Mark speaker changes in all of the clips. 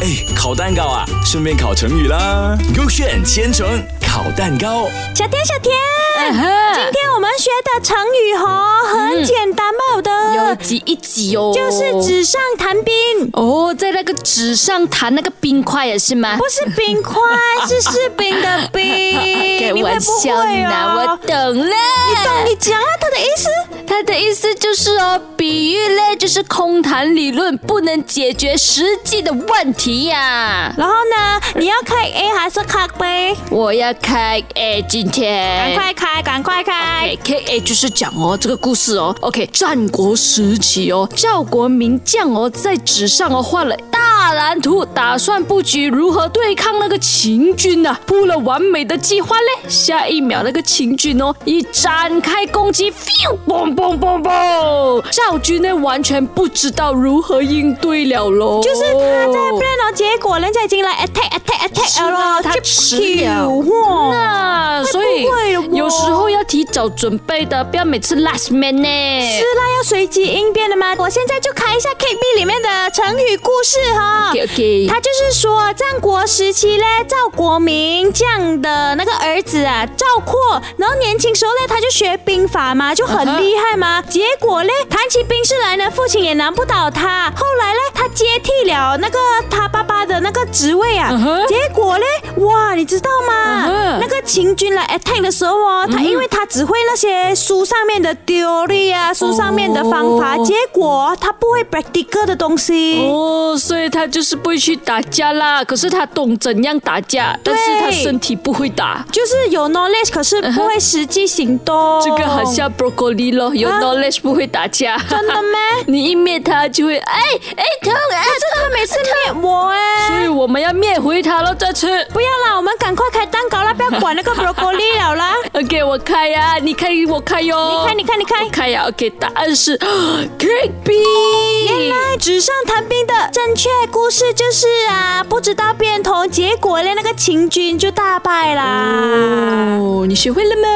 Speaker 1: 哎，烤蛋糕啊，顺便烤成语啦。勾选千层烤蛋糕，
Speaker 2: 小天，小天，
Speaker 3: 嗯
Speaker 2: 今天我们学的成语哦，很简单吧？我
Speaker 3: 有
Speaker 2: 的，
Speaker 3: 挤一挤哦，
Speaker 2: 就是纸上谈兵，
Speaker 3: 哦，在那个纸上弹那个冰块也是吗？
Speaker 2: 不是冰块，是士兵的 兵。
Speaker 3: 开
Speaker 2: 你会啊
Speaker 3: 玩
Speaker 2: 不
Speaker 3: 笑
Speaker 2: 会
Speaker 3: 呢，
Speaker 2: 啊
Speaker 3: 我？懂了。
Speaker 2: 懂你讲啊，他的意思。
Speaker 3: 他的意思就是哦，比喻类就是空谈理论，不能解决实际的问题呀、
Speaker 2: 然后呢，你要开 A 还是开 B？
Speaker 3: 我要开 A，今
Speaker 2: 赶
Speaker 3: 天。
Speaker 2: 快开，赶快开。
Speaker 3: K A 就是讲哦，这个故事哦，OK，战国时期哦，赵国名将哦，在纸上哦画了大蓝图，打算布局如何对抗那个秦军呐、铺了完美的计划嘞。下一秒，那个秦军哦一展开攻击，feel，嘣嘣嘣嘣，赵军呢完全不知道如何应对了喽。
Speaker 2: 就是他在 plan 哦，结果人家已经来 attack attack
Speaker 3: 是
Speaker 2: attack
Speaker 3: 啊
Speaker 2: 了，
Speaker 3: 他迟了
Speaker 2: 哇，
Speaker 3: 那所以
Speaker 2: 不会了哦
Speaker 3: 有时候要提早准备的，不要每次 last minute 呢。
Speaker 2: 是啦，要随机应变的嘛。我现在就开一下 K B 里面的成语故事哦 哈、
Speaker 3: OK OK，
Speaker 2: 他就是说，战国时期嘞，赵国名将的那个儿子啊，赵括，然后年轻时候嘞，他就学兵法嘛，就很厉害嘛。 结果嘞，谈起兵事来呢，父亲也难不倒他。后来嘞，他接替了那个他爸爸的那个职位啊
Speaker 3: 嗯哼
Speaker 2: 结果嘞，哇，你知道吗
Speaker 3: 嗯哼
Speaker 2: 那个秦军来 attack 的时候哦，他因为他只会那些书上面的 theory 啊，书上面的方法
Speaker 3: 哦
Speaker 2: 结果他不会 practical 的东西。
Speaker 3: 哦，所以他就是不会去打架啦。可是他懂怎样打架，但是他身体不会打。
Speaker 2: 就是有 knowledge，可是不会实际行动。
Speaker 3: 嗯这个好像 broccoli 咯，有
Speaker 2: 啊
Speaker 3: knowledge 不会打架。
Speaker 2: 真的吗？ 哦
Speaker 3: 你一灭他就会哎哎疼哎
Speaker 2: 他每次灭我哎、
Speaker 3: 疼，所以我们要灭回他咯，这次。
Speaker 2: 不要啦，我们赶快开蛋糕啦，不要管那 个 broccoli 了啦。
Speaker 3: OK，我开呀、你开我开哟、
Speaker 2: 你看，你看，你看
Speaker 3: 我，开呀、OK，答案是哦 K B。
Speaker 2: 原来纸上谈兵的正确故事就是啊，不知道变通，结果呢，那个秦军就大败啦。
Speaker 3: 哦，你学会了吗？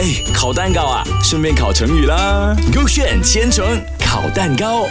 Speaker 1: 哎，烤蛋糕啊，顺便烤成语啦。勾选千层烤蛋糕。